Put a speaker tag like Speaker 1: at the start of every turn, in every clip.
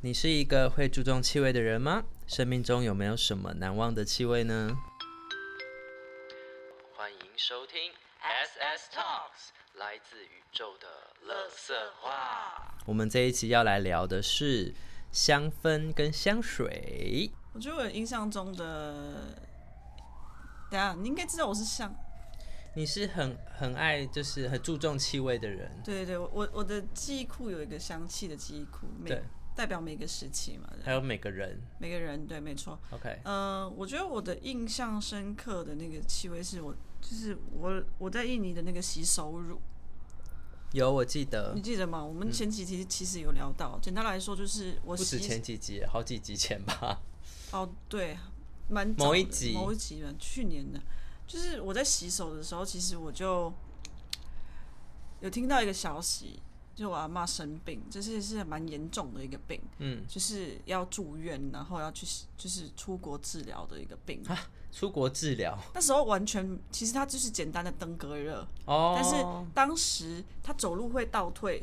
Speaker 1: 你是一个会注重气味的人吗？生命中有没有什么难忘的气味呢？欢迎收听 SS Talks，来自宇宙的乐色话。我们这一期要来聊的是香氛跟香水。
Speaker 2: 我觉得我印象中的，等一下你应该知道我是香，
Speaker 1: 你是很很爱，就是很注重气味的人。
Speaker 2: 对对对，我我我的记忆库有一个香气的记忆库，每
Speaker 1: 对
Speaker 2: 代表每个时期嘛，
Speaker 1: 还有每个人
Speaker 2: 每个人对，没错。
Speaker 1: ，OK，
Speaker 2: 呃，我觉得我的印象深刻的那个气味是我，就是我我在印尼的那个洗手乳，
Speaker 1: 有我记得
Speaker 2: 你，记得吗？我们前几题其实有聊到，简单来说就是
Speaker 1: 嗯
Speaker 2: 我
Speaker 1: 不止
Speaker 2: 洗
Speaker 1: 前几集，好几集前吧。
Speaker 2: 哦，对，蛮
Speaker 1: 某
Speaker 2: 早
Speaker 1: 一
Speaker 2: 的
Speaker 1: 集
Speaker 2: 某一集嘛，去年的，就是我在洗手的时候，其实我就有听到一个消息，就我阿妈生病，这是是蛮严重的一个病，
Speaker 1: 嗯，
Speaker 2: 就是要住院，然后要去就是出国治疗的一个病。
Speaker 1: 啊出国治疗
Speaker 2: 那时候完全，其实他就是简单的登革热，
Speaker 1: 哦，
Speaker 2: 但是当时他走路会倒退。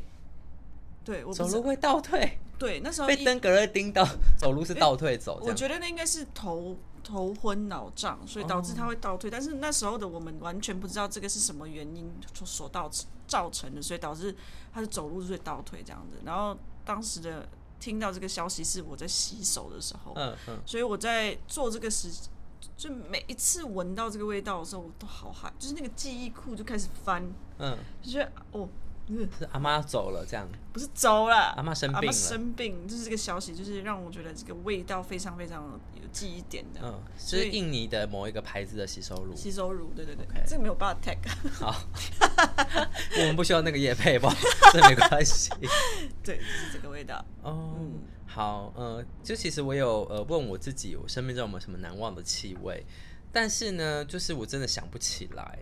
Speaker 2: 对，我不
Speaker 1: 走
Speaker 2: 知
Speaker 1: 路会倒退，
Speaker 2: 对那时候
Speaker 1: 被
Speaker 2: 医
Speaker 1: 登革热叮到，走路是倒退走，这
Speaker 2: 我
Speaker 1: 样
Speaker 2: 觉得那应该是头头昏脑胀，所以导
Speaker 1: 哦
Speaker 2: 致他会倒退。但是那时候的我们完全不知道这个是什么原因所所导致造成的，所以导致他是走路所以倒退这样子。然后当时的听到这个消息是我在洗手的时候，
Speaker 1: 嗯嗯，
Speaker 2: 所以我在做这个时，就每一次闻到这个味道的时候，我都好害，就是那个记忆库就开始翻，
Speaker 1: 嗯，
Speaker 2: 就觉得哦，嗯
Speaker 1: 是阿妈走了这样，
Speaker 2: 不是走了，
Speaker 1: 阿妈啊生
Speaker 2: 阿
Speaker 1: 病
Speaker 2: 妈
Speaker 1: 了，
Speaker 2: 生病，就是这个消息，就是让我觉得这个味道非常非常有记忆点的。
Speaker 1: 嗯，
Speaker 2: 所
Speaker 1: 是
Speaker 2: 以
Speaker 1: 印尼的某一个牌子的洗手乳，
Speaker 2: 吸收乳，对对对
Speaker 1: OK
Speaker 2: 这个没有办法 tag。
Speaker 1: 我们不需要那个叶配 吧，这没关系。
Speaker 2: 对，就是这个味道。
Speaker 1: 哦，
Speaker 2: 嗯
Speaker 1: 好，呃，就其实我有呃问我自己，我生命中有没有什么难忘的气味，但是呢，就是我真的想不起来。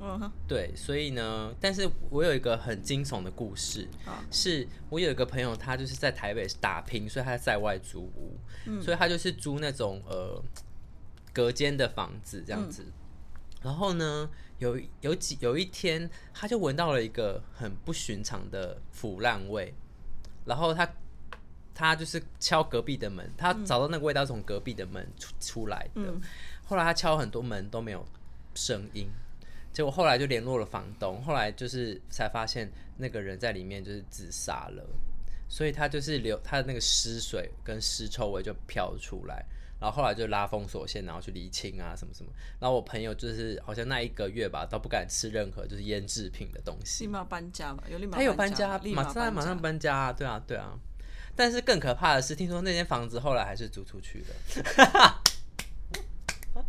Speaker 2: 嗯哼，
Speaker 1: 对，所以呢，但是我有一个很惊悚的故事
Speaker 2: 好，
Speaker 1: 是我有一个朋友，他就是在台北打拼，所以他在外租屋，所以他就是租那种呃隔间的房子这样子。然后呢，有有几有一天，他就闻到了一个很不寻常的腐烂味，然后他他就是敲隔壁的门，他找到那个味道是从隔壁的门出出来的。
Speaker 2: 嗯
Speaker 1: 后来他敲很多门都没有声音，结果后来就联络了房东，后来就是才发现那个人在里面就是自杀了，所以他就是流他的那个尸水跟尸臭味就飘出来。然后后来就拉封锁线，然后去厘清啊什么什么。然后我朋友就是好像那一个月吧，都不敢吃任何就是腌制品的东西
Speaker 2: 立。马搬家吧，有立马
Speaker 1: 他有搬
Speaker 2: 搬
Speaker 1: 家，
Speaker 2: 立
Speaker 1: 马上
Speaker 2: 搬
Speaker 1: 马上
Speaker 2: 家
Speaker 1: 搬家啊，对啊对啊。但是更可怕的是，听说那间房子后来还是租出去的，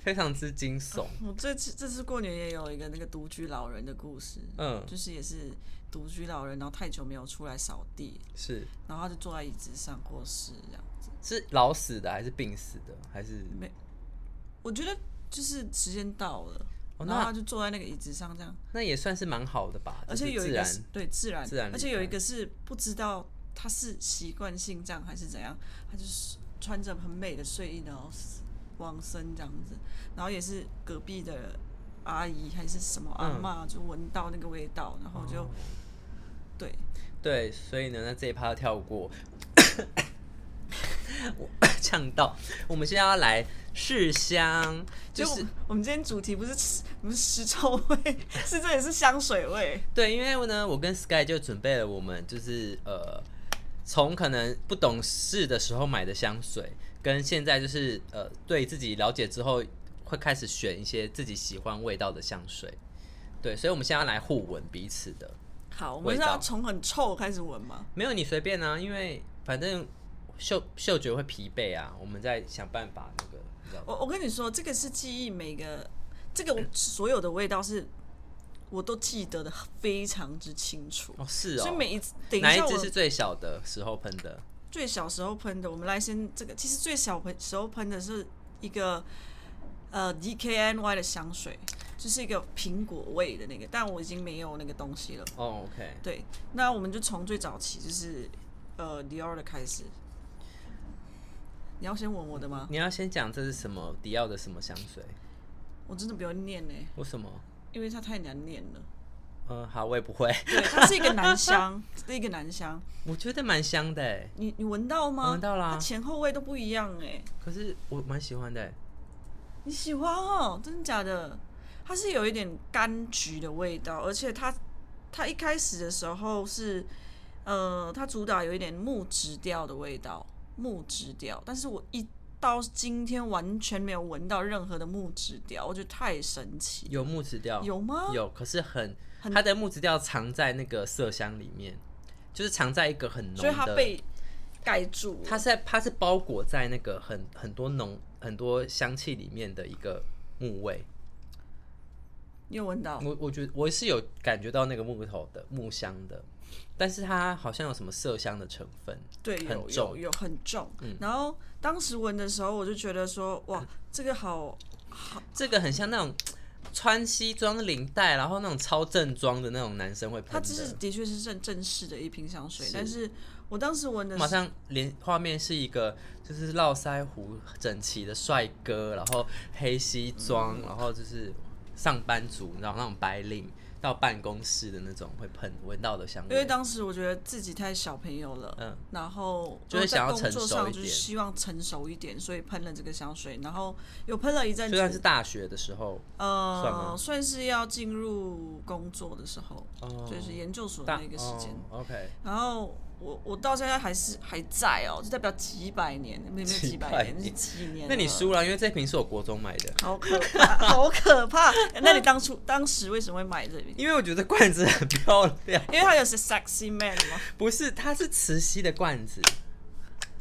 Speaker 1: 非常之惊悚。
Speaker 2: 我这次这次过年也有一个那个独居老人的故事，
Speaker 1: 嗯，
Speaker 2: 就是也是独居老人，然后太久没有出来扫地，
Speaker 1: 是
Speaker 2: 然后他就坐在椅子上过世这样子。
Speaker 1: 是老死的还是病死的还是？
Speaker 2: 没，我觉得就是时间到了，
Speaker 1: 哦，
Speaker 2: 然后
Speaker 1: 那
Speaker 2: 他就坐在那个椅子上这样，
Speaker 1: 那也算是蛮好的吧，
Speaker 2: 而
Speaker 1: 就是
Speaker 2: 且有一
Speaker 1: 自
Speaker 2: 个
Speaker 1: 然
Speaker 2: 是对自然，
Speaker 1: 自然
Speaker 2: 而
Speaker 1: 离
Speaker 2: 且有一
Speaker 1: 开
Speaker 2: 个是不知道他是习惯性这样还是怎样，他就是穿着很美的睡衣，然后往生这样子，然后也是隔壁的阿姨还是什么阿
Speaker 1: 嗯
Speaker 2: 嬷，就闻到那个味道，然后就、
Speaker 1: 哦
Speaker 2: 对，
Speaker 1: 对，所以呢，那这一趴要跳过， 我 呛到。我们现在要来试香，就
Speaker 2: 就是我们我们今天主题不是吃不是尸臭味， 是这也是香水味，
Speaker 1: 对，因为呢，我跟 Sky 就准备了我们就是呃，从可能不懂事的时候买的香水，跟现在就是呃，对自己了解之后，会开始选一些自己喜欢味道的香水。对，所以我们现在要来互闻彼此的，
Speaker 2: 好，我
Speaker 1: 味
Speaker 2: 们是要
Speaker 1: 道
Speaker 2: 从很臭开始闻吗？
Speaker 1: 没有你随便啊，因为反正嗅嗅觉会疲惫啊，我们在想办法那个，你知道吗？
Speaker 2: 我我跟你说，这个是记忆每个这个我
Speaker 1: 嗯
Speaker 2: 所有的味道是，我都记得的非常之清楚。
Speaker 1: 哦，是
Speaker 2: 所以
Speaker 1: 哦，
Speaker 2: 每一次，等一
Speaker 1: 哪一
Speaker 2: 下
Speaker 1: 支
Speaker 2: 我
Speaker 1: 是最小的时候喷的？
Speaker 2: 最小时候喷的，我们来先这个，其实最小喷时候喷的是一个呃 DKNY 的香水，就是一个苹果味的那个，但我已经没有那个东西了。
Speaker 1: 哦，OK、o k
Speaker 2: 对，那我们就从最早期就是呃 Dior 的开始。你要先闻我的吗？
Speaker 1: 你要先讲这是什么迪奥的什么香水？
Speaker 2: 我真的不要念呢、
Speaker 1: 为什么？
Speaker 2: 因为它太难念了。
Speaker 1: 嗯，好，我也不会，
Speaker 2: 对，它是一个男香，是一个男香，
Speaker 1: 我觉得蛮香的哎，
Speaker 2: 你你闻到吗？
Speaker 1: 我闻到啦
Speaker 2: 啊它前后味都不一样哎、
Speaker 1: 可是我蛮喜欢的欸，
Speaker 2: 你喜欢哦？真的假的？它是有一点柑橘的味道，而且它它一开始的时候是，呃，它主打有一点木质调的味道，木质调。但是我一到今天完全没有闻到任何的木质调，我觉得太神奇。
Speaker 1: 有木质调，
Speaker 2: 有啊吗？
Speaker 1: 有，可是很它的木质调藏在那个麝香里面，就是藏在一个很浓的，
Speaker 2: 所以它被盖住了。
Speaker 1: 它是在它是包裹在那个很很多浓很多香气里面的一个木味。
Speaker 2: 你有闻到？
Speaker 1: 我我觉得我是有感觉到那个木头的木香的，但是它好像有什么麝香的成分，
Speaker 2: 对，
Speaker 1: 很
Speaker 2: 有有
Speaker 1: 重
Speaker 2: 有很重。嗯然后当时闻的时候，我就觉得说，哇，这个好哦
Speaker 1: 这个很像那种穿西装领带，然后那种超正装的那种男生会
Speaker 2: 它
Speaker 1: 喷
Speaker 2: 这是
Speaker 1: 的。
Speaker 2: 的确是正正式的一瓶香水，
Speaker 1: 是
Speaker 2: 但是我当时闻的
Speaker 1: 马
Speaker 2: 是，
Speaker 1: 上连画面是一个就是络腮胡整齐的帅哥，然后黑西装，然后就是上班族，然后那种白领到办公室的那种会喷闻到的香
Speaker 2: 因为
Speaker 1: 味。
Speaker 2: 当时我觉得自己太小朋友了，
Speaker 1: 嗯
Speaker 2: 然后
Speaker 1: 就会想要
Speaker 2: 在工作
Speaker 1: 成熟
Speaker 2: 上
Speaker 1: 一
Speaker 2: 就是
Speaker 1: 点
Speaker 2: 希望成熟一点，所以喷了这个香水，然后有喷了一阵
Speaker 1: 虽然是
Speaker 2: 子，
Speaker 1: 大学的时候，算
Speaker 2: 呃，
Speaker 1: 吗
Speaker 2: 算是要进入工作的时候，
Speaker 1: 哦
Speaker 2: 就是研究所
Speaker 1: 大
Speaker 2: 那个时间，啊
Speaker 1: 哦 OK，
Speaker 2: 然后我我到现在还是还在哦，就代表几百年，没有没有
Speaker 1: 几
Speaker 2: 几百
Speaker 1: 百
Speaker 2: 年，是
Speaker 1: 年
Speaker 2: 几年了？
Speaker 1: 那你输了，因为这瓶是我国中买的，
Speaker 2: 好可怕，好 可怕！那你当初当时为什么会买这瓶？
Speaker 1: 因为我觉得罐子很漂亮，
Speaker 2: 因为它有是 sexy man 嘛，
Speaker 1: 不是，它是磁吸的罐子。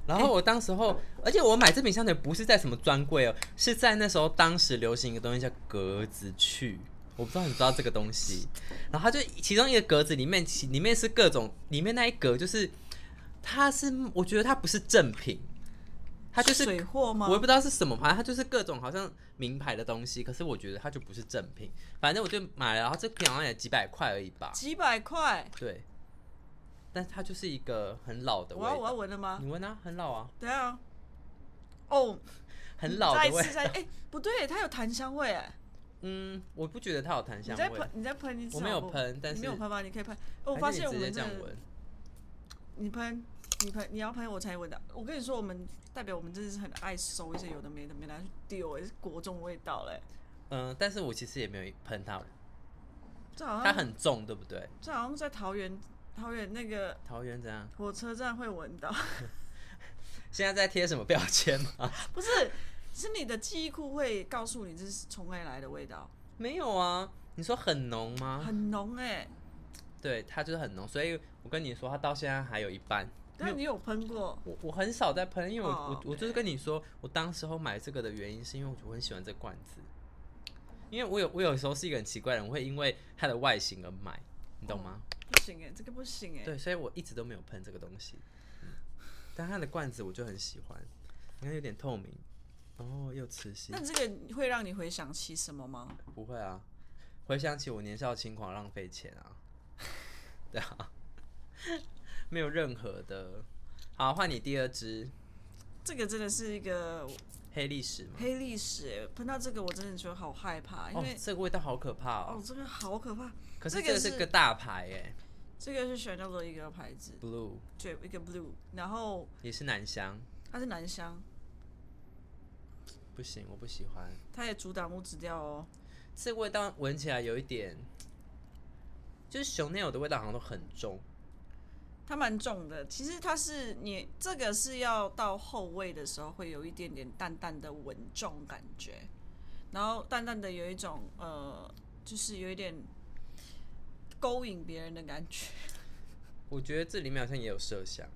Speaker 1: 然
Speaker 2: 哎
Speaker 1: 后我当时候，而且我买这瓶香水不是在什么专柜哦，是在那时候当时流行一个东西叫格子去，我不知道你知道这个东西。然后它就其中一个格子里面，其里面是各种，里面那一格就是，它是我觉得它不是正品，它就是
Speaker 2: 水货吗
Speaker 1: 我？也不知道是什么牌，它就是各种好像名牌的东西，可是我觉得它就不是正品。反正我就买了，然后这瓶好像也几百块而已吧。
Speaker 2: 几百块，
Speaker 1: 对，但它就是一个很老的味
Speaker 2: 我要我要
Speaker 1: 道。
Speaker 2: 闻了吗？
Speaker 1: 你闻啊，很老啊，
Speaker 2: 等一下啊，哦，
Speaker 1: 很老
Speaker 2: 再一
Speaker 1: 的味
Speaker 2: 次。再哎，不对，它有檀香味哎，
Speaker 1: 嗯，我不觉得它有檀
Speaker 2: 你
Speaker 1: 香
Speaker 2: 再
Speaker 1: 味
Speaker 2: 喷，你再喷一次好
Speaker 1: 我
Speaker 2: 不
Speaker 1: 没
Speaker 2: 好，
Speaker 1: 有喷但
Speaker 2: 你没有
Speaker 1: 是
Speaker 2: 喷吗？你可以喷。哦我
Speaker 1: 还
Speaker 2: 发
Speaker 1: 是
Speaker 2: 现我
Speaker 1: 你直接
Speaker 2: 们
Speaker 1: 这样
Speaker 2: 真的
Speaker 1: 闻。
Speaker 2: 你喷，你喷，你要喷我才闻到。我跟你说，我们代表我们真的是很爱收一些有的没的，没拿去丢，哎，是国中味道嘞。
Speaker 1: 嗯，但是我其实也没有喷
Speaker 2: 啊
Speaker 1: 它，
Speaker 2: 这好
Speaker 1: 它
Speaker 2: 像
Speaker 1: 很重，对不对？
Speaker 2: 这好像在桃园桃园那个
Speaker 1: 桃园怎样？
Speaker 2: 火车站会闻到。
Speaker 1: 现在在贴什么标签吗？
Speaker 2: 不是，是你的记忆库会告诉你这是从哪里来的味道，
Speaker 1: 没有啊，你说很浓吗？
Speaker 2: 很浓哎、
Speaker 1: 对，它就是很浓，所以我跟你说，它到现在还有一半。
Speaker 2: 但是你有喷过？
Speaker 1: 我我很少在喷，因为我、
Speaker 2: 哦
Speaker 1: 我我就是跟你说，我当时候买这个的原因是因为我很喜欢这罐子，因为我有我有时候是一个很奇怪的人，我会因为它的外形而买，你懂吗？
Speaker 2: 不行哎、这个不行哎、
Speaker 1: 对，所以我一直都没有喷这个东西，嗯、但它的罐子我就很喜欢，你看有点透明，然后又磁吸
Speaker 2: 那，这个会让你回想起什么吗？
Speaker 1: 不会啊，回想起我年少轻狂浪费钱啊， 对啊， 没有任何的，好换你第二支
Speaker 2: 这个真的是一个
Speaker 1: 黑历史吗？
Speaker 2: 黑历史、欸，喷到这个我真的觉得好害怕，啊因
Speaker 1: 哦
Speaker 2: 为，
Speaker 1: 这个味道好可怕哦！
Speaker 2: 哦这个好可怕。
Speaker 1: 可是
Speaker 2: 这个
Speaker 1: 这个是
Speaker 2: 是
Speaker 1: 个大牌哎
Speaker 2: 这个是 Chanel 的一个牌子，
Speaker 1: ，Blue
Speaker 2: 对，一个 blue，然后
Speaker 1: 也是男香，
Speaker 2: 它是男香，
Speaker 1: 不行，我不喜欢。
Speaker 2: 它也主打木质调哦。
Speaker 1: 这个味道闻起来有一点，就是熊内有的味道好像都很重，
Speaker 2: 它蛮重的，其实它是你这个是要到后味的时候会有一点点淡淡的稳重感觉，然后淡淡的有一种呃，就是有一点勾引别人的感觉。
Speaker 1: 我觉得这里面好像也有麝香，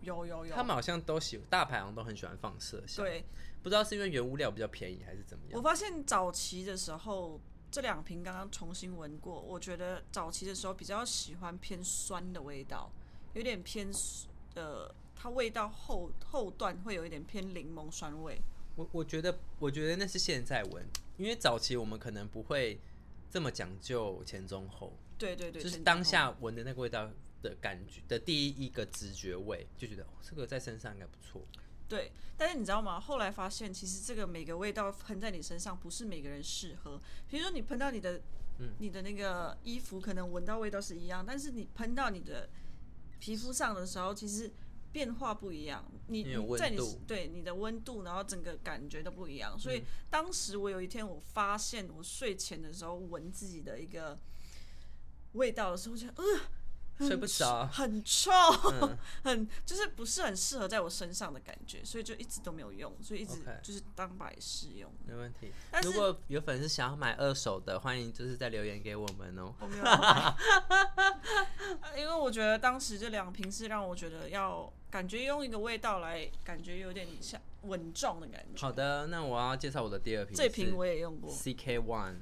Speaker 2: 有有有
Speaker 1: 他，们好像都喜大牌好像都很喜欢放麝香，
Speaker 2: 对
Speaker 1: 不知道是因为原物料比较便宜还是怎么样。
Speaker 2: 我发现早期的时候这两瓶刚刚重新闻过，我觉得早期的时候比较喜欢偏酸的味道，有点偏呃，它味道后后段会有一点偏柠檬酸味。
Speaker 1: 我我觉得我觉得那是现在闻，因为早期我们可能不会这么讲究前中后，
Speaker 2: 对对对，嗯
Speaker 1: 就是
Speaker 2: 前
Speaker 1: 当
Speaker 2: 中后
Speaker 1: 下闻的那个味道的感觉的第一个直觉味，就觉得、哦、这个在身上应该不错。
Speaker 2: 对，但是你知道吗？后来发现，其实这个每个味道喷在你身上，不是每个人适合。比如说，你喷到你的
Speaker 1: 嗯
Speaker 2: 你的那个衣服可能闻到味道是一样，但是你喷到你的皮肤上的时候，其实变化不一样。你
Speaker 1: 因为有
Speaker 2: 你
Speaker 1: 温
Speaker 2: 在你
Speaker 1: 度嗯
Speaker 2: 对你的温度，然后整个感觉都不一样。所以当时我有一天我发现我睡前的时候闻自己的一个味道的时候，我觉得呃。
Speaker 1: 睡不着 嗯
Speaker 2: 很臭，很就是不是很适合在我身上的感觉，所以就一直都没有用，所以一直
Speaker 1: OK
Speaker 2: 就是当摆饰 用。
Speaker 1: 没问题
Speaker 2: 但。是
Speaker 1: 如果有粉丝想要买二手的，欢迎就是在留言给我们哦。
Speaker 2: 我没有买，因为我觉得当时这两瓶是让我觉得要感觉用一个味道来感觉有点像稳重的感觉。
Speaker 1: 好的，那我要介绍我的第二瓶是。
Speaker 2: 这瓶我也用过，
Speaker 1: CK One。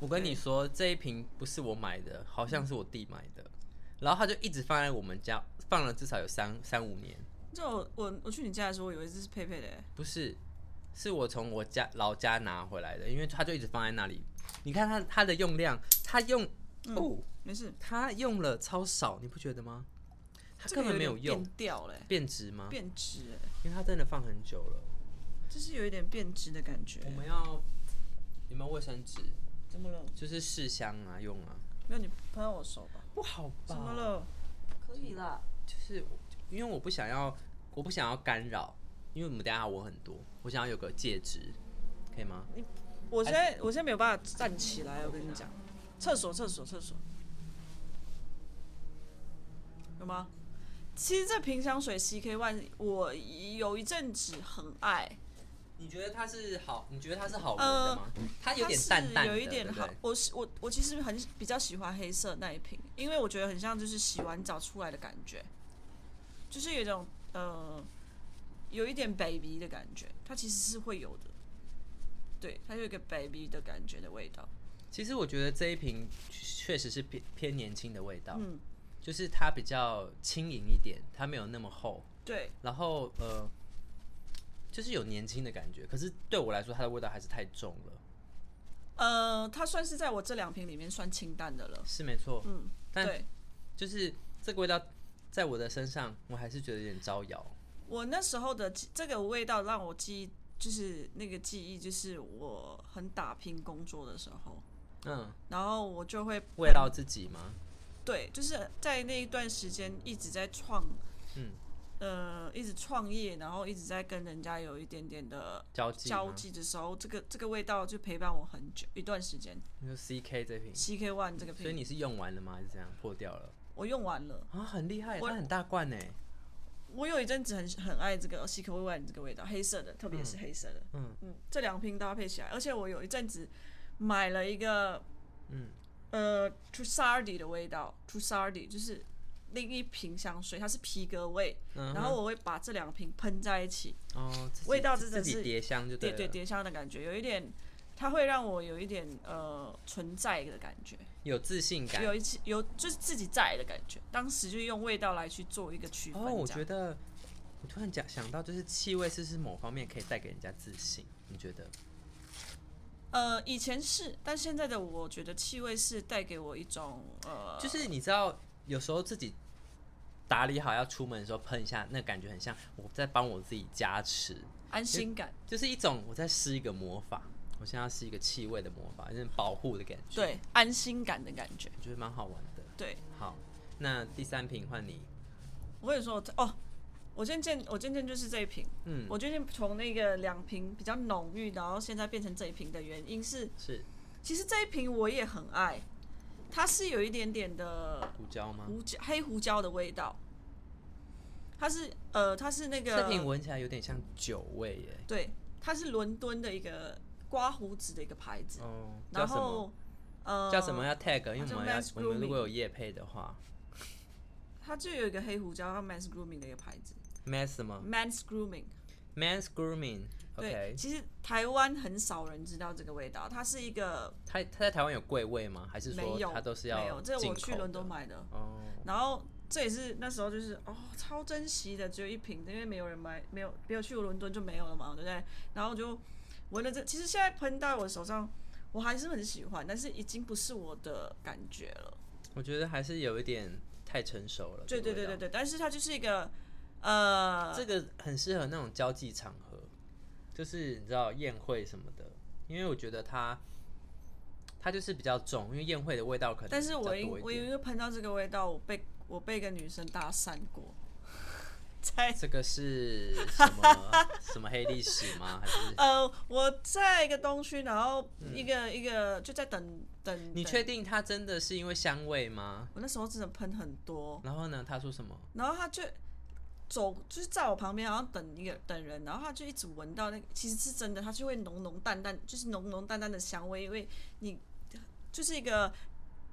Speaker 1: 我跟你说，这一瓶不是我买的，好像是我弟买的，然后他就一直放在我们家，放了至少有三三五年，
Speaker 2: 就我我我去你家的时候，我以为这是佩佩的、
Speaker 1: 不是，是我从我家老家拿回来的，因为他就一直放在那里。你看它它的用量，它用、
Speaker 2: 嗯
Speaker 1: 哦，
Speaker 2: 没事，
Speaker 1: 它用了超少，你不觉得吗？它
Speaker 2: 这个
Speaker 1: 根本没
Speaker 2: 有
Speaker 1: 有
Speaker 2: 点
Speaker 1: 用，啊
Speaker 2: 变掉嘞、
Speaker 1: 变质吗？
Speaker 2: 变质欸、
Speaker 1: 因为它真的放很久了。
Speaker 2: 就是有一点变质的感觉
Speaker 1: 我。们要有没有卫生纸？
Speaker 2: 怎么了？
Speaker 1: 就是试香啊，用啊，
Speaker 2: 没有，你喷到我手吧？
Speaker 1: 不好吧？
Speaker 2: 怎么了？可以啦。
Speaker 1: 就是因为我不想要，我不想要干扰，因为我们等一下我很多，我想要有个戒指，可以
Speaker 2: 嗯
Speaker 1: 吗？
Speaker 2: 我现在我现在没有办法站起来，我跟你讲，厕所厕所厕所，有吗？其实这瓶香水 CK One 我有一阵子很爱，
Speaker 1: 你觉得它是好？你觉得它是好闻
Speaker 2: 呃
Speaker 1: 的吗？它有点淡淡
Speaker 2: 它
Speaker 1: 的，
Speaker 2: 是有一点好
Speaker 1: 对不对。
Speaker 2: 我是我我其实很比较喜欢黑色那一瓶，因为我觉得很像就是洗完澡出来的感觉，就是有一种呃有一点 baby 的感觉，它其实是会有的，对，它有一个 baby 的感觉的味道。
Speaker 1: 其实我觉得这一瓶确实是偏偏年轻的味道，
Speaker 2: 嗯
Speaker 1: 就是它比较轻盈一点，它没有那么厚，
Speaker 2: 对，
Speaker 1: 然后呃，就是有年轻的感觉。可是对我来说，它的味道还是太重了，
Speaker 2: 呃，它算是在我这两瓶里面算清淡的了。
Speaker 1: 是没错。
Speaker 2: 嗯，
Speaker 1: 但
Speaker 2: 对
Speaker 1: 就是这个味道在我的身上，我还是觉得有点招摇。
Speaker 2: 我那时候的记这个味道让我记忆，就是那个记忆，就是我很打拼工作的时候，
Speaker 1: 嗯，
Speaker 2: 然后我就会
Speaker 1: 慰劳自己吗？
Speaker 2: 对，就是在那一段时间一直在创，
Speaker 1: 嗯，
Speaker 2: 呃，一直创业，然后一直在跟人家有一点点的
Speaker 1: 交际吗
Speaker 2: 交际的时候，这个这个味道就陪伴我很久一段时间。
Speaker 1: 你说 CK 这瓶，
Speaker 2: CK One 这个
Speaker 1: 嗯所以
Speaker 2: 瓶
Speaker 1: 你是用完了吗？还是怎样破掉了？
Speaker 2: 我用完了，
Speaker 1: 啊，很厉害，
Speaker 2: 我
Speaker 1: 它很大罐欸呢。
Speaker 2: 我有一阵子很很爱这个 CK One 这个味道，黑色的，特别是黑色的。
Speaker 1: 嗯
Speaker 2: 嗯，这两瓶搭配起来，而且我有一阵子买了一个，
Speaker 1: 嗯，
Speaker 2: 呃 t r u s a r d i 的味道 t r u s a r d i 就是另一瓶香水，它是皮革味，
Speaker 1: 嗯哼
Speaker 2: 然后我会把这两瓶喷在一起，
Speaker 1: 哦，自己
Speaker 2: 味道真
Speaker 1: 自
Speaker 2: 的
Speaker 1: 己
Speaker 2: 是
Speaker 1: 叠香就
Speaker 2: 对
Speaker 1: 了。
Speaker 2: 对，叠香的感觉，有一点。它会让我有一点呃存在的感觉，
Speaker 1: 有自信感。
Speaker 2: 有一些有就是自己在的感觉。当时就用味道来去做一个区分这
Speaker 1: 哦，
Speaker 2: 样。
Speaker 1: 我觉得我突然讲想到，就是气味是不是某方面可以带给人家自信？你觉得？
Speaker 2: 呃，以前是，但现在的我觉得气味是带给我一种呃，
Speaker 1: 就是你知道，有时候自己打理好要出门的时候喷一下，那感觉很像我在帮我自己加持，
Speaker 2: 安心感。
Speaker 1: 就是一种我在施一个魔法。我现在要施一个气味的魔法，有点保护的感觉。，
Speaker 2: 对，安心感的感觉。
Speaker 1: 我觉得蛮好玩的。
Speaker 2: 对，
Speaker 1: 好，那第三瓶换你。
Speaker 2: 我跟你说，哦，我渐渐，我渐渐就是这一瓶，
Speaker 1: 嗯，
Speaker 2: 我渐渐从那个两瓶比较浓郁，然后现在变成这一瓶的原因是，
Speaker 1: 是
Speaker 2: 其实这一瓶我也很爱，它是有一点点的
Speaker 1: 胡椒吗？
Speaker 2: 胡椒黑胡椒的味道，它是呃，它是那个
Speaker 1: 这瓶闻起来有点像酒味耶。
Speaker 2: 对，它是伦敦的一个刮胡子的一个牌子，
Speaker 1: 哦，叫
Speaker 2: 然
Speaker 1: 什么？
Speaker 2: 嗯后呃
Speaker 1: 叫什么要 tag？因为
Speaker 2: 叫
Speaker 1: 我们要
Speaker 2: Mass
Speaker 1: 我们如
Speaker 2: Grooming
Speaker 1: 果有夜配的话
Speaker 2: 它就有一个黑胡椒，它 Man's Grooming 的一个牌子
Speaker 1: ，mass 什么
Speaker 2: ，Man's Grooming。
Speaker 1: ？man's grooming。
Speaker 2: 对
Speaker 1: 哦 OK，
Speaker 2: 其实台湾很少人知道这个味道，它是一个
Speaker 1: 它它在台湾有贵味吗？还是
Speaker 2: 没
Speaker 1: 说
Speaker 2: 有，
Speaker 1: 它都是
Speaker 2: 没
Speaker 1: 要
Speaker 2: 有，这
Speaker 1: 进
Speaker 2: 我
Speaker 1: 口
Speaker 2: 去伦
Speaker 1: 的
Speaker 2: 敦买的，
Speaker 1: 哦，
Speaker 2: 然后这也是那时候就是哦超珍惜的，只有一瓶，因为没有人买，没有没有去过伦敦就没有了嘛，对不对？然后我就闻了这，其实现在喷到我手上，我还是很喜欢，但是已经不是我的感觉了。
Speaker 1: 我觉得还是有一点太成熟了。
Speaker 2: 对
Speaker 1: 哦这
Speaker 2: 对
Speaker 1: 个
Speaker 2: 对
Speaker 1: 味道，
Speaker 2: 对对，但是它就是一个呃，
Speaker 1: 这个很适合那种交际场合，就是你知道宴会什么的，因为我觉得它它就是比较重，因为宴会的味道可能
Speaker 2: 但是我
Speaker 1: 比较多一
Speaker 2: 我有
Speaker 1: 点
Speaker 2: 一个喷到这个味道，我被我被一个女生搭讪 过，在
Speaker 1: 这个 是什么什么黑历史吗？还是嗯
Speaker 2: 呃我在一个东区，然后一个、一个就在等等，
Speaker 1: 你
Speaker 2: 等
Speaker 1: 确定它真的是因为香味吗？
Speaker 2: 我那时候真的喷很多，
Speaker 1: 然后呢，他说什么？
Speaker 2: 然后他就走，就是在我旁边，好像等一个等人，然后他就一直闻到那个，其实是真的，他就会浓浓淡淡，就是浓浓淡淡的香味，因为你就是一个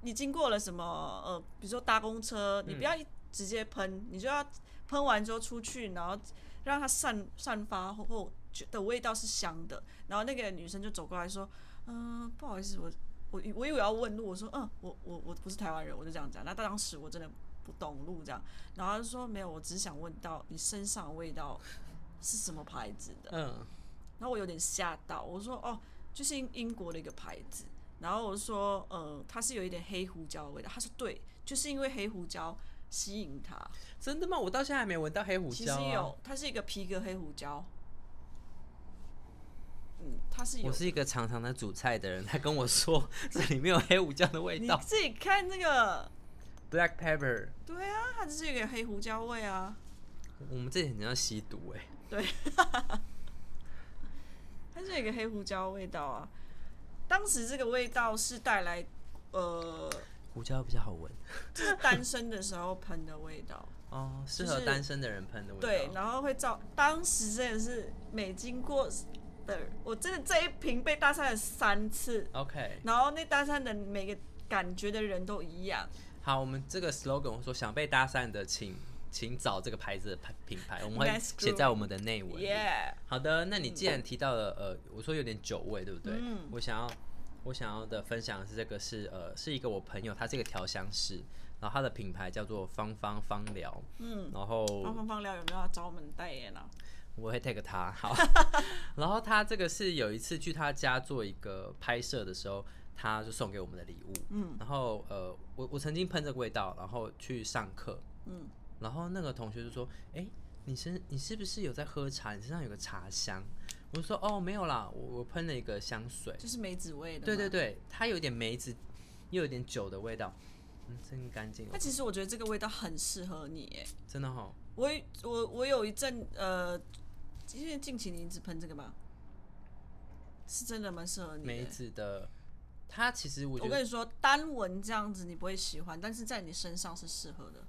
Speaker 2: 你经过了什么呃，比如说搭公车，你不要一直接喷，你就要喷完之后出去，然后让它散散发后后觉的味道是香的，然后那个女生就走过来说，嗯、不好意思，我。我以我以为要问路，我说嗯，我我我不是台湾人，我就这样讲。那当时我真的不懂路这样，然后他就说没有，我只是想问到你身上的味道是什么牌子的。
Speaker 1: 嗯，
Speaker 2: 然后我有点吓到，我说哦，就是英英国的一个牌子。然后我说呃，它是有一点黑胡椒的味道。他说对，就是因为黑胡椒吸引他。
Speaker 1: 真的吗？我到现在还没闻到黑胡
Speaker 2: 其
Speaker 1: 椒、啊。
Speaker 2: 实有，它是一个皮革黑胡椒。嗯，它是有
Speaker 1: 我。是一个常常在煮菜的人，他跟我说 这里面有黑胡椒的味
Speaker 2: 你
Speaker 1: 道
Speaker 2: 自己看那个，
Speaker 1: ，black pepper。
Speaker 2: 对啊，它只是有一个黑胡椒味啊。
Speaker 1: 我们这里很像吸毒哎、
Speaker 2: 它是有一个黑胡椒味道啊。当时这个味道是带来，呃，
Speaker 1: 胡椒比较好闻
Speaker 2: 就是单身的时候喷的味道。
Speaker 1: 哦，适
Speaker 2: 就
Speaker 1: 合
Speaker 2: 是
Speaker 1: 单身的人喷的味道。
Speaker 2: 对，然后会造，当时真的是每经过的，我真的这一瓶被搭讪了三次，
Speaker 1: OK，
Speaker 2: 然后那搭讪的每个感觉的人都一样。
Speaker 1: 好，我们这个 slogan 我说想被搭讪的请请找这个牌子的牌品牌，我们会
Speaker 2: Let's
Speaker 1: 写在我们的内文里。
Speaker 2: 耶、
Speaker 1: 好的，那你既然提到了呃，我说有点酒味，对不对？
Speaker 2: 嗯
Speaker 1: 我想要我想要的分享的是这个是呃是一个我朋友，他是一个调香师，然后他的品牌叫做芳芳芳疗，嗯，然后
Speaker 2: yeah!！方方方聊有没有要找我们代言啊？
Speaker 1: 我会 take 他 好，然后他这个是有一次去他家做一个拍摄的时候，他就送给我们的礼物，嗯，然后呃，我我曾经喷这个味道，然后去上课，嗯，然后那个同学就说，哎、你身你是不是有在喝茶？你身上有个茶香？我就说哦没有啦，我我喷了一个香水，
Speaker 2: 就是梅子味的。
Speaker 1: 对对。对，它有点梅子，又有点酒的味道，嗯，真干净哦
Speaker 2: 那，其实我觉得这个味道很适合你耶。
Speaker 1: 真的哈、哦，
Speaker 2: 我我我有一阵呃，因为近期你一直喷这个嘛，是真的蛮适合你的
Speaker 1: 梅子的，它其实我觉
Speaker 2: 我
Speaker 1: 得
Speaker 2: 跟你说，单闻这样子你不会喜欢，但是在你身上是适合的。嗯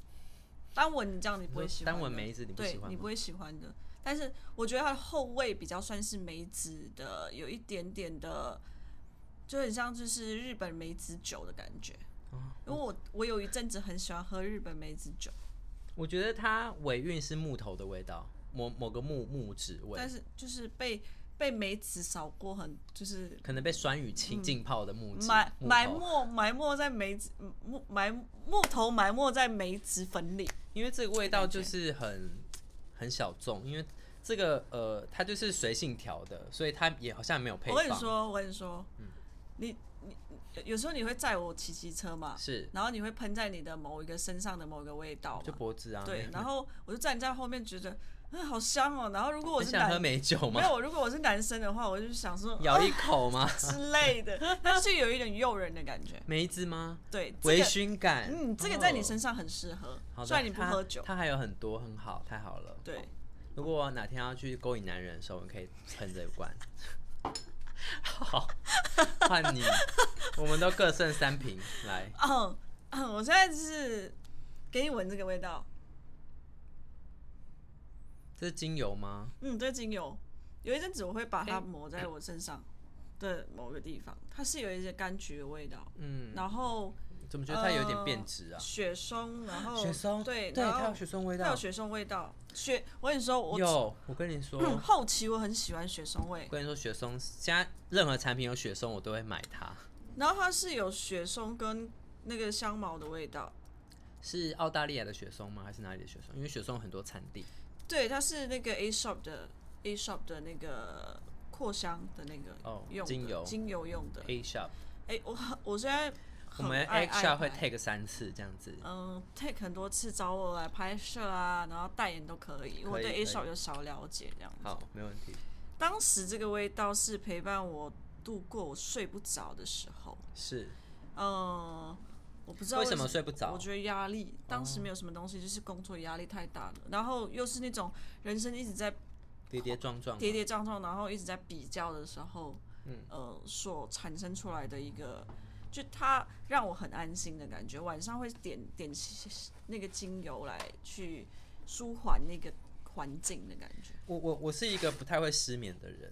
Speaker 2: 单闻你这样你不会喜欢的，
Speaker 1: 单闻梅子你不喜欢吗
Speaker 2: 对，你不会喜欢的。但是我觉得它的后味比较算是梅子的，有一点点的，就很像就是日本梅子酒的感觉。因为我我有一阵子很喜欢喝日本梅子酒，
Speaker 1: 我觉得它尾韵是木头的味道，某某个木木质味
Speaker 2: 但，是就是被被梅子扫过很，就是
Speaker 1: 可能被酸雨浸浸泡的木质、
Speaker 2: 埋
Speaker 1: 木
Speaker 2: 埋
Speaker 1: 头。
Speaker 2: 没埋没在梅子木埋木头埋没在梅子粉里。
Speaker 1: 因为这个味道就是很很小众，因为这个呃，它就是随性调的，所以它也好像没有配
Speaker 2: 我
Speaker 1: 方。
Speaker 2: 跟你说，我跟你说，
Speaker 1: 嗯
Speaker 2: 你你有时候你会载我骑骑车嘛，
Speaker 1: 是
Speaker 2: 然后你会喷在你的某一个身上的某一个味道
Speaker 1: 就
Speaker 2: 嘛，
Speaker 1: 脖子啊，
Speaker 2: 对，然后我就站在后面觉得，嗯，好香哦。然后如果我
Speaker 1: 很
Speaker 2: 是
Speaker 1: 想喝
Speaker 2: 男，
Speaker 1: 美酒
Speaker 2: 没
Speaker 1: 吗？
Speaker 2: 有，如果我是男生的话，我就想说
Speaker 1: 咬一口 吗？
Speaker 2: 之类的，但是有一点诱人的感觉，
Speaker 1: 梅子吗？
Speaker 2: 对，这
Speaker 1: 微
Speaker 2: 个
Speaker 1: 醺感，
Speaker 2: 嗯，这个在你身
Speaker 1: 哦。
Speaker 2: 上很适合
Speaker 1: 好，的
Speaker 2: 虽然你不喝酒，
Speaker 1: 它它还有很多，很好，太好了。
Speaker 2: 对，
Speaker 1: 如果我哪天要去勾引男人的时候，我们可以喷这一 罐。好，换你，我们都各剩三瓶，来，
Speaker 2: 嗯嗯，我现在就是给你闻这个味道，
Speaker 1: 这是精油吗？
Speaker 2: 嗯，对，精油。有一阵子我会把它抹在我身上的某个地方，它是有一些柑橘的味道，
Speaker 1: 嗯，
Speaker 2: 然后
Speaker 1: 怎么觉得它有点变质啊？
Speaker 2: 雪松，然后
Speaker 1: 雪松，
Speaker 2: 呃对，
Speaker 1: 对，
Speaker 2: 然
Speaker 1: 它
Speaker 2: 后
Speaker 1: 有雪松味
Speaker 2: 它
Speaker 1: 道
Speaker 2: 有。雪松味道。雪，我跟你说，我
Speaker 1: 有，我跟你说，
Speaker 2: 嗯
Speaker 1: 我
Speaker 2: 后期我很喜欢雪松味，
Speaker 1: 跟你说，雪松现在任何产品有雪松，我都会买它。
Speaker 2: 然后它是有雪松跟那个香茅的味道，
Speaker 1: 是澳大利亚的雪松吗？还是哪里的雪松？因为雪松有很多产地。
Speaker 2: 对，它是那个 A shop 的 A shop 的那个扩香的那个
Speaker 1: 哦
Speaker 2: 用的
Speaker 1: 精油
Speaker 2: 精油用的。
Speaker 1: A shop，
Speaker 2: 哎，我我现在
Speaker 1: 我
Speaker 2: 很
Speaker 1: 们
Speaker 2: 爱
Speaker 1: A shop
Speaker 2: 爱
Speaker 1: 会
Speaker 2: 买
Speaker 1: take 三次这样子。
Speaker 2: 嗯，take 很多次找我来拍摄啊，然后代言都可以。我对
Speaker 1: 可以
Speaker 2: A 少有少了解这样子。
Speaker 1: 好，没问题。
Speaker 2: 当时这个味道是陪伴我度过我睡不着的时候。
Speaker 1: 是
Speaker 2: 呃，我不知道
Speaker 1: 为什么睡不着哦
Speaker 2: 我觉得压力，当时没有什么东西，就是工作压力太大了，然后又是那种人生一直在
Speaker 1: 跌跌撞撞，
Speaker 2: 跌跌撞撞，然后一直在比较的时候，
Speaker 1: 嗯
Speaker 2: 呃，所产生出来的一个，就它让我很安心的感觉。晚上会点点那个精油来去舒缓那个环境的感觉。
Speaker 1: 我我我是一个不太会失眠的人，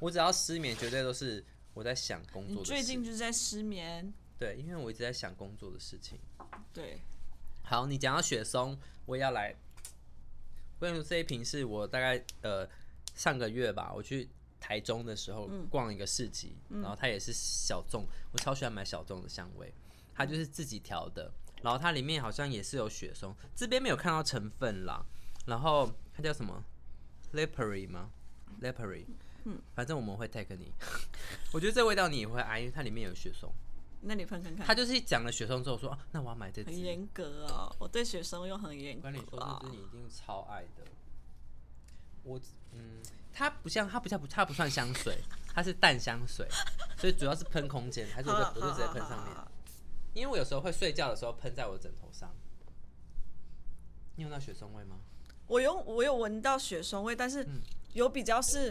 Speaker 1: 我只要失眠，绝对都是我在想工
Speaker 2: 你
Speaker 1: 作的事。
Speaker 2: 最近就是在失眠，
Speaker 1: 对，因为我一直在想工作的事情。
Speaker 2: 对，
Speaker 1: 好，你讲到雪松，我也要来。我跟你说，这一瓶是我大概呃上个月吧，我去台中的时候
Speaker 2: 嗯
Speaker 1: 逛一个市集，然后它也是小众，我超喜欢买小众的香味，它就是自己调的，然后它里面好像也是有雪松，这边没有看到成分啦。然后它叫什么 l e p e r y 吗 l e p e r y 嗯，反正我们会 tag 你， 我觉得这味道你也会爱，因为它里面有雪松。
Speaker 2: 那你喷看看。
Speaker 1: 它就是讲了雪松之后说，啊，那我要买这支
Speaker 2: 嗯很。严格哦，我对学生又很严格、
Speaker 1: 我
Speaker 2: 啊。
Speaker 1: 跟你说，这支你一定超爱的。我嗯，它不像，它不像不，它不算香水，它是淡香水，所以主要是喷空间，还是我
Speaker 2: 好
Speaker 1: 就
Speaker 2: 了
Speaker 1: 我就直接喷上面，。因为我有时候会睡觉的时候喷在我枕头上。你有那雪松味吗？
Speaker 2: 我有我有闻到雪松味，但
Speaker 1: 嗯
Speaker 2: 是有比较是，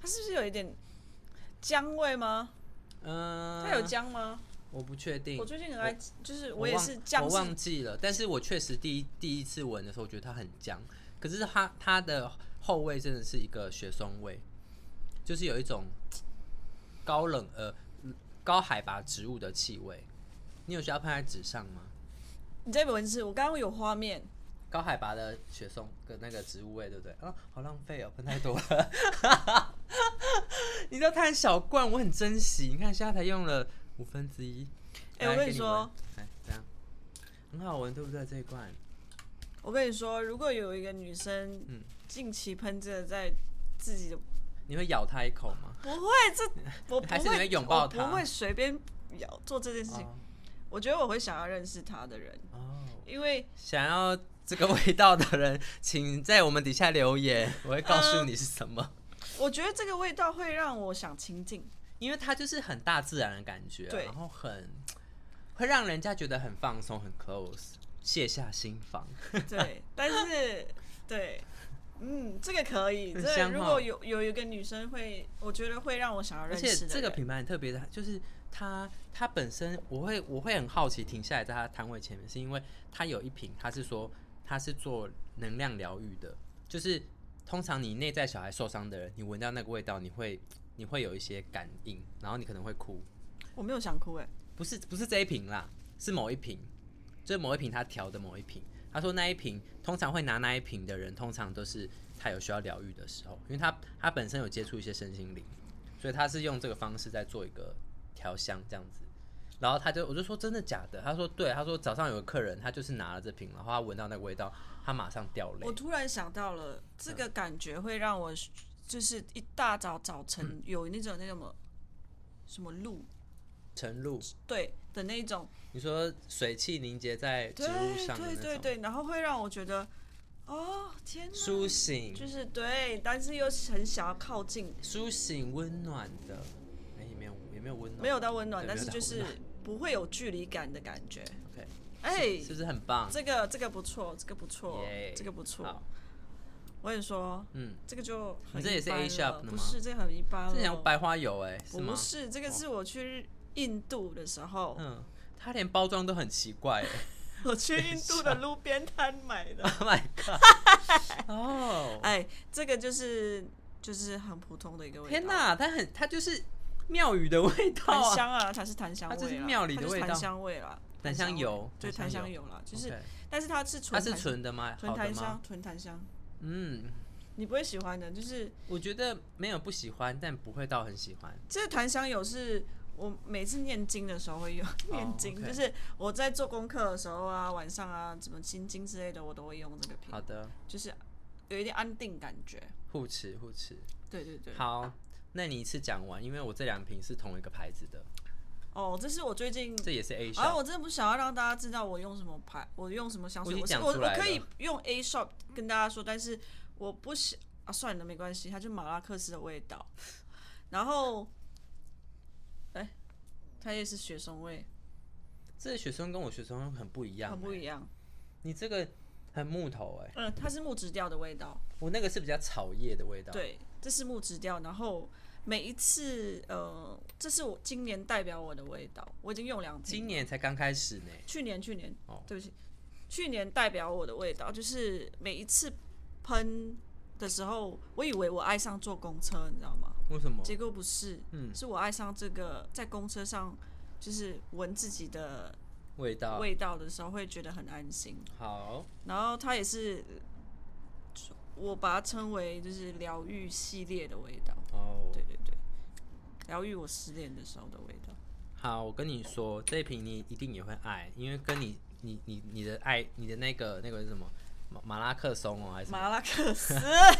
Speaker 2: 它是不是有一点姜味吗？
Speaker 1: 嗯、
Speaker 2: 它有姜吗？
Speaker 1: 我不确定
Speaker 2: 我。最近很爱，就是
Speaker 1: 嗯我
Speaker 2: 也
Speaker 1: 忘
Speaker 2: 是姜
Speaker 1: 我
Speaker 2: 是
Speaker 1: 忘记了，但是我确实第一第一次闻的时候，我觉得它很姜，可是它它的后味真的是一个雪松味，就是有一种高冷呃高海拔植物的气味。你有需要喷在纸上吗？
Speaker 2: 你这本文字，我刚刚有画面，
Speaker 1: 高海拔的雪松跟那个植物味，对不对？啊，好浪费哦，喷太多了。 你知道它很小罐，我很珍惜。你看现在才用了五分之一。
Speaker 2: 哎
Speaker 1: 来
Speaker 2: 我跟你
Speaker 1: 给你
Speaker 2: 说
Speaker 1: 闻，来这样，很好闻，对不对？这一罐。
Speaker 2: 我跟你说，如果有一个女生
Speaker 1: 嗯
Speaker 2: 近期喷这个在自己的，
Speaker 1: 你会咬它一口吗？
Speaker 2: 不会 这我不
Speaker 1: 还是你
Speaker 2: 会
Speaker 1: 会拥抱
Speaker 2: 我
Speaker 1: 她
Speaker 2: 不会随便咬做这件事情。我觉得我会想要认识她的人，
Speaker 1: 哦，
Speaker 2: 因为
Speaker 1: 想要这个味道的人，请在我们底下留 言，我会告诉你是什么。
Speaker 2: 我觉得这个味道会让我想 亲近。
Speaker 1: 因为它就是很大自然的感觉，啊
Speaker 2: 对
Speaker 1: 然后很会让人家觉得很放松、很 close，卸下心防。
Speaker 2: 对，但是对，嗯，这个可以。
Speaker 1: 很
Speaker 2: 这个
Speaker 1: 香
Speaker 2: 如
Speaker 1: 哈
Speaker 2: 果有有一个女生会，我觉得会让我想要
Speaker 1: 而
Speaker 2: 认
Speaker 1: 且
Speaker 2: 识的人。
Speaker 1: 这个品牌很特别的，就是它它本身，我会我会很好奇停下来在它摊位前面，是因为它有一瓶，它是说它是做能量疗愈的，就是通常你内在小孩受伤的人，你闻到那个味道，你会你会有一些感应，然后你可能会哭，
Speaker 2: 我没有想哭哎、
Speaker 1: 不是不是这一瓶啦，是某一瓶，就是某一瓶他调的某一瓶。他说那一瓶通常会拿那一瓶的人，通常都是他有需要疗愈的时候，因为他他本身有接触一些身心灵，所以他是用这个方式在做一个调香这样子。然后他就我就说真的假的？他说对，他说早上有个客人，他就是拿了这瓶，然后他闻到那个味道，他马上掉泪
Speaker 2: 我。突然想到了，
Speaker 1: 嗯
Speaker 2: 这个感觉会让我就是一大早早晨
Speaker 1: 嗯
Speaker 2: 有那种那种什么什么露
Speaker 1: 晨露，
Speaker 2: 对的那种，
Speaker 1: 你说水汽凝结在植
Speaker 2: 对
Speaker 1: 物上的
Speaker 2: 对
Speaker 1: 那
Speaker 2: 对
Speaker 1: 种
Speaker 2: 对，然后会让我觉得，哦天哪，
Speaker 1: 苏醒，
Speaker 2: 就是对，但是又很想要靠近，
Speaker 1: 苏醒温暖的，哎、也没有也没有温暖，
Speaker 2: 没有到温暖，
Speaker 1: 对
Speaker 2: 但
Speaker 1: 没有
Speaker 2: 是
Speaker 1: 到
Speaker 2: 就是
Speaker 1: 温暖
Speaker 2: 不会有距离感的感觉。
Speaker 1: OK，
Speaker 2: 哎、
Speaker 1: 是不是很棒？
Speaker 2: 这个这个不错，这个不错
Speaker 1: Yay，
Speaker 2: 这个不错
Speaker 1: 好。
Speaker 2: 我跟你说，
Speaker 1: 嗯，
Speaker 2: 这个就很
Speaker 1: 你这也是
Speaker 2: 一般
Speaker 1: A shop
Speaker 2: 了
Speaker 1: 的吗
Speaker 2: 不是，这个很一般了。
Speaker 1: 这像白花油哎、是吗哦
Speaker 2: 不？是，这个是我去印度的时候，
Speaker 1: 嗯，它连包装都很奇怪、哎
Speaker 2: 我去印度的路边摊 买的。
Speaker 1: Oh my god！哦，
Speaker 2: 哎，这个就是就是很普通的一个味道，
Speaker 1: 天，哪，它很它就是庙宇的味道
Speaker 2: 檀
Speaker 1: 啊，
Speaker 2: 香啊，它是檀香味啦，
Speaker 1: 它就是庙里的味道
Speaker 2: 它就是檀香味啦，
Speaker 1: 檀香油
Speaker 2: 对，
Speaker 1: 檀
Speaker 2: 檀
Speaker 1: 香
Speaker 2: 香
Speaker 1: 油
Speaker 2: 油啦，就是
Speaker 1: OK
Speaker 2: 但是它是纯
Speaker 1: 它是
Speaker 2: 檀香
Speaker 1: 纯的吗？
Speaker 2: 纯
Speaker 1: 好的
Speaker 2: 檀
Speaker 1: 吗？
Speaker 2: 香，纯檀香，
Speaker 1: 嗯，
Speaker 2: 你不会喜欢的，就是
Speaker 1: 我觉得没有不喜欢，但不会到很喜欢。
Speaker 2: 这檀香油是我每次念经的时候会用，念经、
Speaker 1: 哦 OK
Speaker 2: 就是我在做功课的时候啊，晚上啊，什么心经之类的，我都会用这个瓶，
Speaker 1: 好的，
Speaker 2: 就是有一点安定感觉。
Speaker 1: 护持护持。
Speaker 2: 对对对，
Speaker 1: 好，那你一次讲完，因为我这两瓶是同一个牌子的，
Speaker 2: 哦，这是我最近。
Speaker 1: 这也是 A
Speaker 2: 啊，
Speaker 1: shop。
Speaker 2: 我真的不想要让大家知道我用什么牌，我用什么香水。
Speaker 1: 我已
Speaker 2: 我
Speaker 1: 经
Speaker 2: 是
Speaker 1: 讲
Speaker 2: 我
Speaker 1: 出
Speaker 2: 我
Speaker 1: 来
Speaker 2: 可以
Speaker 1: 了
Speaker 2: 用 A shop 跟大家说，但是我不想啊，算了，没关系，它就马拉克斯的味道。然后，哎、他也是学生味，
Speaker 1: 这学生跟我学生很不一样、欸
Speaker 2: 很不一
Speaker 1: 样。
Speaker 2: 样。
Speaker 1: 你这个很木头哎、
Speaker 2: 嗯，它是木质调的味道，
Speaker 1: 我那个是比较草叶的味道。，
Speaker 2: 对，这是木质调。然后每一次，呃，这是我今年代表我的味道，我已经用两瓶
Speaker 1: 今年才刚开始呢。
Speaker 2: 去年去年，
Speaker 1: 哦
Speaker 2: 对不起，去年代表我的味道就是每一次喷的时候，我以为我爱上坐公车，你知道吗？
Speaker 1: 为什么？
Speaker 2: 结果不是，
Speaker 1: 嗯
Speaker 2: 是我爱上这个在公车上就是闻自己的
Speaker 1: 味道
Speaker 2: 味道的时候，会觉得很安心。
Speaker 1: 好，
Speaker 2: 然后它也是。我把它称为就是疗愈系列的味道，
Speaker 1: 哦，
Speaker 2: 对对对，疗愈我失恋的时候的味道。
Speaker 1: 好，我跟你说，这一瓶你一定也会爱，因为跟你你你你的爱，你的那个那个是什么马马拉克松哦，还是什 么
Speaker 2: 马拉克斯，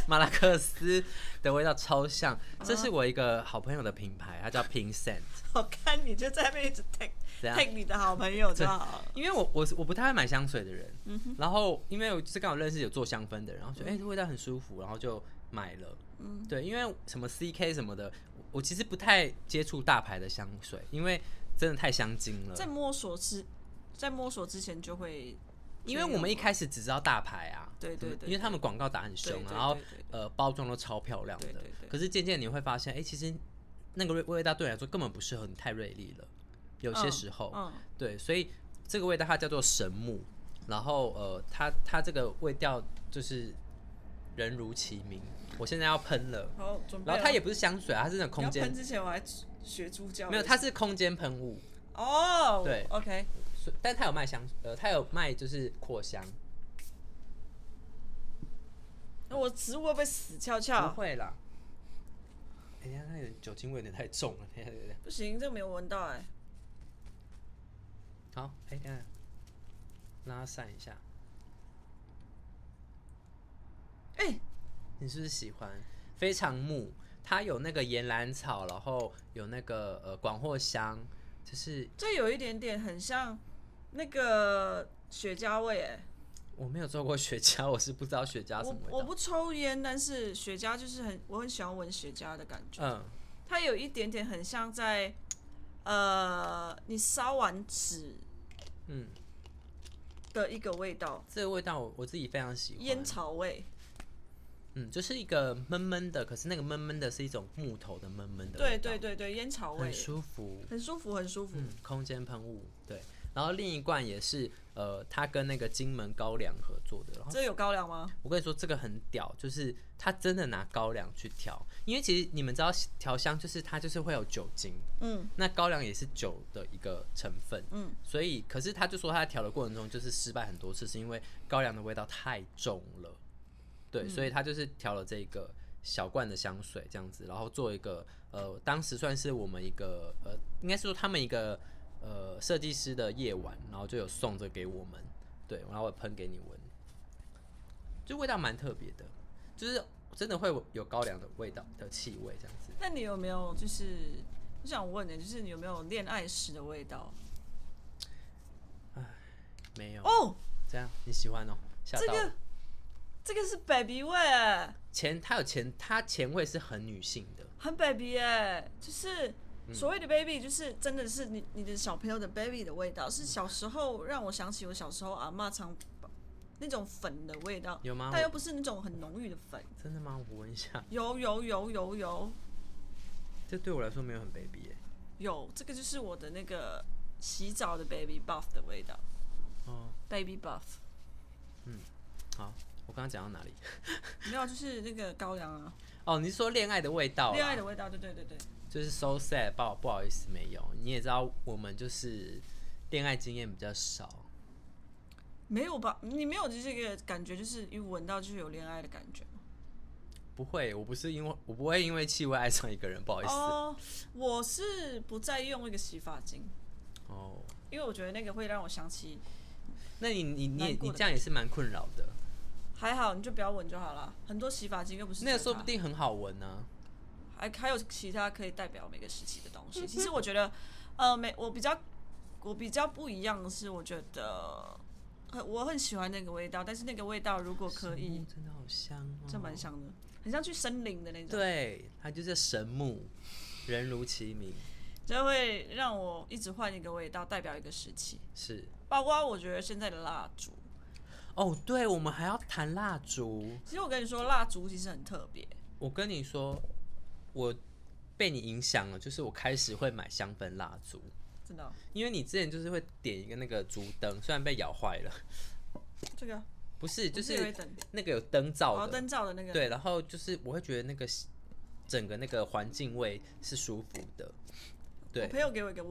Speaker 1: 马拉克斯的味道超像。这是我一个好朋友的品牌，它叫 Pink Scent。
Speaker 2: 我看你就在那边一直 take
Speaker 1: 怎样
Speaker 2: take 你的 好朋友就好了。
Speaker 1: 因为我我是我不太会买香水的人，
Speaker 2: 嗯
Speaker 1: 然后因为我就是刚好认识有做香氛的人，然后觉得哎、这味道很舒服，然后就买了。嗯，对，因为什么 CK 什么的，我我其实不太接触大牌的香水，因为真的太香精了。
Speaker 2: 在摸索之，在摸索之前就会，
Speaker 1: 因为我们一开始只知道大牌啊，
Speaker 2: 对对
Speaker 1: 什么
Speaker 2: 对
Speaker 1: 因为他们广告打很
Speaker 2: 对
Speaker 1: 凶啊
Speaker 2: 对，对
Speaker 1: 然后
Speaker 2: 对对
Speaker 1: 呃包装都超漂亮的
Speaker 2: 对对对，
Speaker 1: 可是渐渐你会发现，哎，其实那个味味道对你来说根本不适合你，太锐利了，有些时候，
Speaker 2: 嗯，
Speaker 1: 对，所以这个味道它叫做神木，然后呃，它它这个味道就是人如其名，我现在要喷了，
Speaker 2: 好，准备
Speaker 1: 然
Speaker 2: 了。
Speaker 1: 后它也不是香水啊，它是那种
Speaker 2: 你
Speaker 1: 空
Speaker 2: 要
Speaker 1: 间
Speaker 2: 喷，之前我还学猪叫，
Speaker 1: 没有，它是空间喷雾，
Speaker 2: 哦，
Speaker 1: 对
Speaker 2: ，OK，
Speaker 1: 所以但它有卖香，呃，它有卖就是扩香，
Speaker 2: 那我植物会不会死翘
Speaker 1: 不
Speaker 2: 翘？
Speaker 1: 会啦。哎呀，那有点酒精味有点太重了，等一下等一下。
Speaker 2: 不行，这个没有闻到哎，
Speaker 1: 好，哎、等一下，让它散一下。
Speaker 2: 哎，
Speaker 1: 你是不是喜欢？非常木，它有那个岩兰草，然后有那个呃广藿香，就是
Speaker 2: 这有一点点很像那个雪茄味哎。
Speaker 1: 我没有做过雪茄，我是不知道雪茄什
Speaker 2: 我
Speaker 1: 么味
Speaker 2: 我
Speaker 1: 道。
Speaker 2: 不抽烟，但是雪茄就是很，我很喜欢闻雪茄的感觉。
Speaker 1: 嗯，
Speaker 2: 它有一点点很像在，呃，你烧完纸，
Speaker 1: 嗯，
Speaker 2: 的一个味道，
Speaker 1: 这个味道我我自己非常喜欢。
Speaker 2: 烟草味。
Speaker 1: 嗯，就是一个闷闷的，可是那个闷闷的是一种木头的闷闷的
Speaker 2: 对
Speaker 1: 味道，
Speaker 2: 对对对，烟草味
Speaker 1: 很，舒服。
Speaker 2: 很舒服，很舒服。
Speaker 1: 嗯，空间喷雾，对。然后另一罐也是，呃，它跟那个金门高粱合作的。然后
Speaker 2: 这有高粱吗？
Speaker 1: 我跟你说，这个很屌，就是它真的拿高粱去调，因为其实你们知道调香就是它就是会有酒精，
Speaker 2: 嗯，
Speaker 1: 那高粱也是酒的一个成分，
Speaker 2: 嗯，
Speaker 1: 所以可是他就说他在调的过程中就是失败很多次，是因为高粱的味道太重了，对，
Speaker 2: 嗯
Speaker 1: 所以他就是调了这个小罐的香水这样子，然后做一个呃，当时算是我们一个呃，应该是说他们一个呃设计师的夜晚，然后就有送这给我们，对，然后我喷给你闻，就味道蛮特别的，就是真的会有高粱的味道的气味这样子。
Speaker 2: 那你有没有就是，我想问的，就是你有没有恋爱时的味道？
Speaker 1: 没有
Speaker 2: 哦，
Speaker 1: 这样你喜欢哦？吓
Speaker 2: 这
Speaker 1: 到
Speaker 2: 个
Speaker 1: 了。
Speaker 2: 这个是 baby 味，
Speaker 1: 前它有前，它前味是很女性的，
Speaker 2: 很 baby 哎，就是。所谓的 baby 就是真的是你你的小朋友的 baby 的味道，是小时候让我想起我小时候阿嬷常那种粉的味道，
Speaker 1: 有吗
Speaker 2: 但又不是那种很浓郁的粉，
Speaker 1: 真的吗？我闻一下，
Speaker 2: 有有有有有
Speaker 1: 这对我来说没有很 baby 耶、
Speaker 2: 有，这个就是我的那个洗澡的 baby buff 的味道
Speaker 1: 哦，
Speaker 2: ，baby buff
Speaker 1: 好，我刚刚讲到哪里？
Speaker 2: 没有，啊就是那个高粱啊，
Speaker 1: 哦，你是说恋爱的味道？啊
Speaker 2: 恋爱的，味道，对对对对，
Speaker 1: 就是 so sad，不好不好意思，没有。你也知道，我们就是恋爱经验比较少，
Speaker 2: 没有吧？你没有这个感觉，就是一闻到就是有恋爱的感觉吗
Speaker 1: 不会，我不是因为我不会因为气味爱上一个人，不好意思。
Speaker 2: 哦我是不再用那个洗发精，
Speaker 1: 哦，
Speaker 2: 因为我觉得那个会让我想起，
Speaker 1: 那你你你也
Speaker 2: 难过
Speaker 1: 你
Speaker 2: 的
Speaker 1: 这样也是蛮困扰的，
Speaker 2: 还好你就不要闻就好了，很多洗发精又不是
Speaker 1: 那个
Speaker 2: 只
Speaker 1: 说
Speaker 2: 有它
Speaker 1: 不定很好闻啊呢、
Speaker 2: 还还有其他可以代表每个时期的东西。其实我觉得，呃，每我比较我比较不一样的是，我觉得很我很喜欢那个味道，但是那个味道如果可
Speaker 1: 神
Speaker 2: 以
Speaker 1: 木，真的好香哦，
Speaker 2: 这蛮像的，很像去森林的那种，
Speaker 1: 对，它就是神木，人如其名，
Speaker 2: 就会让我一直换一个味道，代表一个时期。
Speaker 1: 是。
Speaker 2: 包括我觉得现在的蜡烛，
Speaker 1: 哦，对，我们还要谈蜡烛。
Speaker 2: 其实我跟你说，蜡烛其实很特别，
Speaker 1: 我跟你说，我被你影响了，就是我开始会买香氛蜡烛，
Speaker 2: 真的哦、
Speaker 1: 因为你之前就是会点一个那个烛灯，虽然被咬坏了，
Speaker 2: 这个
Speaker 1: 不是，就
Speaker 2: 我自己
Speaker 1: 是
Speaker 2: 会等，
Speaker 1: 那个有灯罩
Speaker 2: 哦，
Speaker 1: 的，
Speaker 2: 灯罩的那个，
Speaker 1: 对，然后就是我会觉得那个整个那个环境味是舒服的，对
Speaker 2: 我朋友给我一个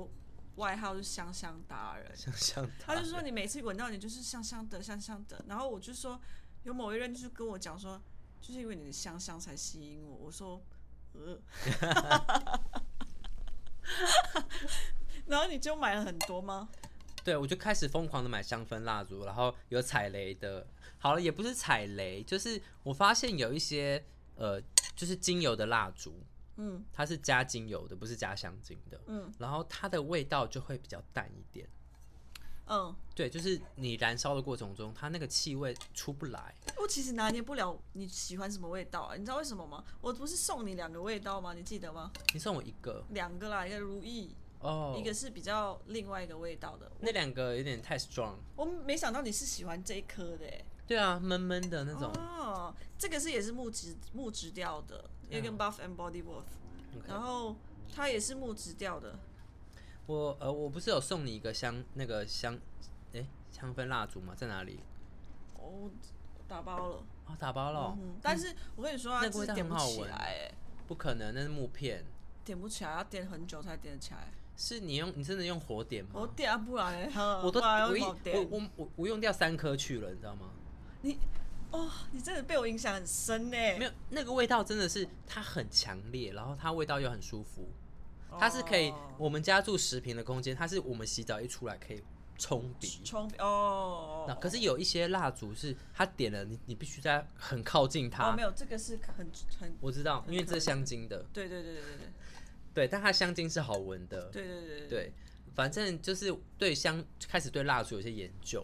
Speaker 2: 外号就是香香达人，
Speaker 1: 香香
Speaker 2: 他
Speaker 1: 的
Speaker 2: 就说你每次闻到你就是香香的，香香的。然后我就说，有某一任就是跟我讲说，就是因为你的香香才吸引我。我说，呃， 然后你就买了很多吗？
Speaker 1: 对，我就开始疯狂的买香氛蜡烛，然后有踩雷的。好了，也不是踩雷，就是我发现有一些呃，就是精油的蜡烛，
Speaker 2: 嗯，
Speaker 1: 它是加精油的，不是加香精的，
Speaker 2: 嗯，
Speaker 1: 然后它的味道就会比较淡一点。
Speaker 2: 嗯，
Speaker 1: 对，就是你燃烧的过程中，它那个气味出不来。
Speaker 2: 我哦其实拿捏不了你喜欢什么味道、啊，你知道为什么吗？我不是送你两个味道吗？你记得吗？
Speaker 1: 你送我一个
Speaker 2: 两个啦，一个如意，
Speaker 1: 哦，
Speaker 2: 一个是比较另外一个味道的。
Speaker 1: 那两个有点太 strong。
Speaker 2: 我没想到你是喜欢这一颗的、欸，
Speaker 1: 对啊，闷闷的那种。
Speaker 2: 哦，这个是也是木质木质调的，也跟 Buff and Body Worth，、
Speaker 1: 嗯 OK
Speaker 2: 然后它也是木质调的，
Speaker 1: 我呃，我不是有送你一个香那个香，诶，香氛蜡烛吗？在哪里？
Speaker 2: 哦，打包了。
Speaker 1: 哦，打包了哦、
Speaker 2: 嗯，但是我跟你说，它
Speaker 1: 那个
Speaker 2: 就是
Speaker 1: 味道
Speaker 2: 点不
Speaker 1: 很好
Speaker 2: 起
Speaker 1: 闻
Speaker 2: 来、欸，
Speaker 1: 不可能，那是木片。
Speaker 2: 点不起来，要点很久才点得起来。
Speaker 1: 是你用你真的用火点
Speaker 2: 我
Speaker 1: 吗？
Speaker 2: 点啊，不然、欸、
Speaker 1: 我都
Speaker 2: 不然
Speaker 1: 我
Speaker 2: 要
Speaker 1: 一
Speaker 2: 怎么
Speaker 1: 我
Speaker 2: 点？
Speaker 1: 我我我用掉三颗去了，你知道吗？
Speaker 2: 哦，你真的被我影响很深呢、
Speaker 1: 没有那个味道真的是它很强烈，然后它味道又很舒服，它是可以
Speaker 2: 哦
Speaker 1: 我们家住十平的空间，它是我们洗澡一出来可以冲鼻。
Speaker 2: 冲哦。
Speaker 1: 那可是有一些蜡烛是它点了你你必须在很靠近
Speaker 2: 哦，
Speaker 1: 它
Speaker 2: 没，有，这个是很很，
Speaker 1: 我知道，因为这是香精的，
Speaker 2: 对对对对对对
Speaker 1: 对，但它香精是好闻的，
Speaker 2: 对对对对对，
Speaker 1: 对，反正就是对香开始对蜡烛有些研究，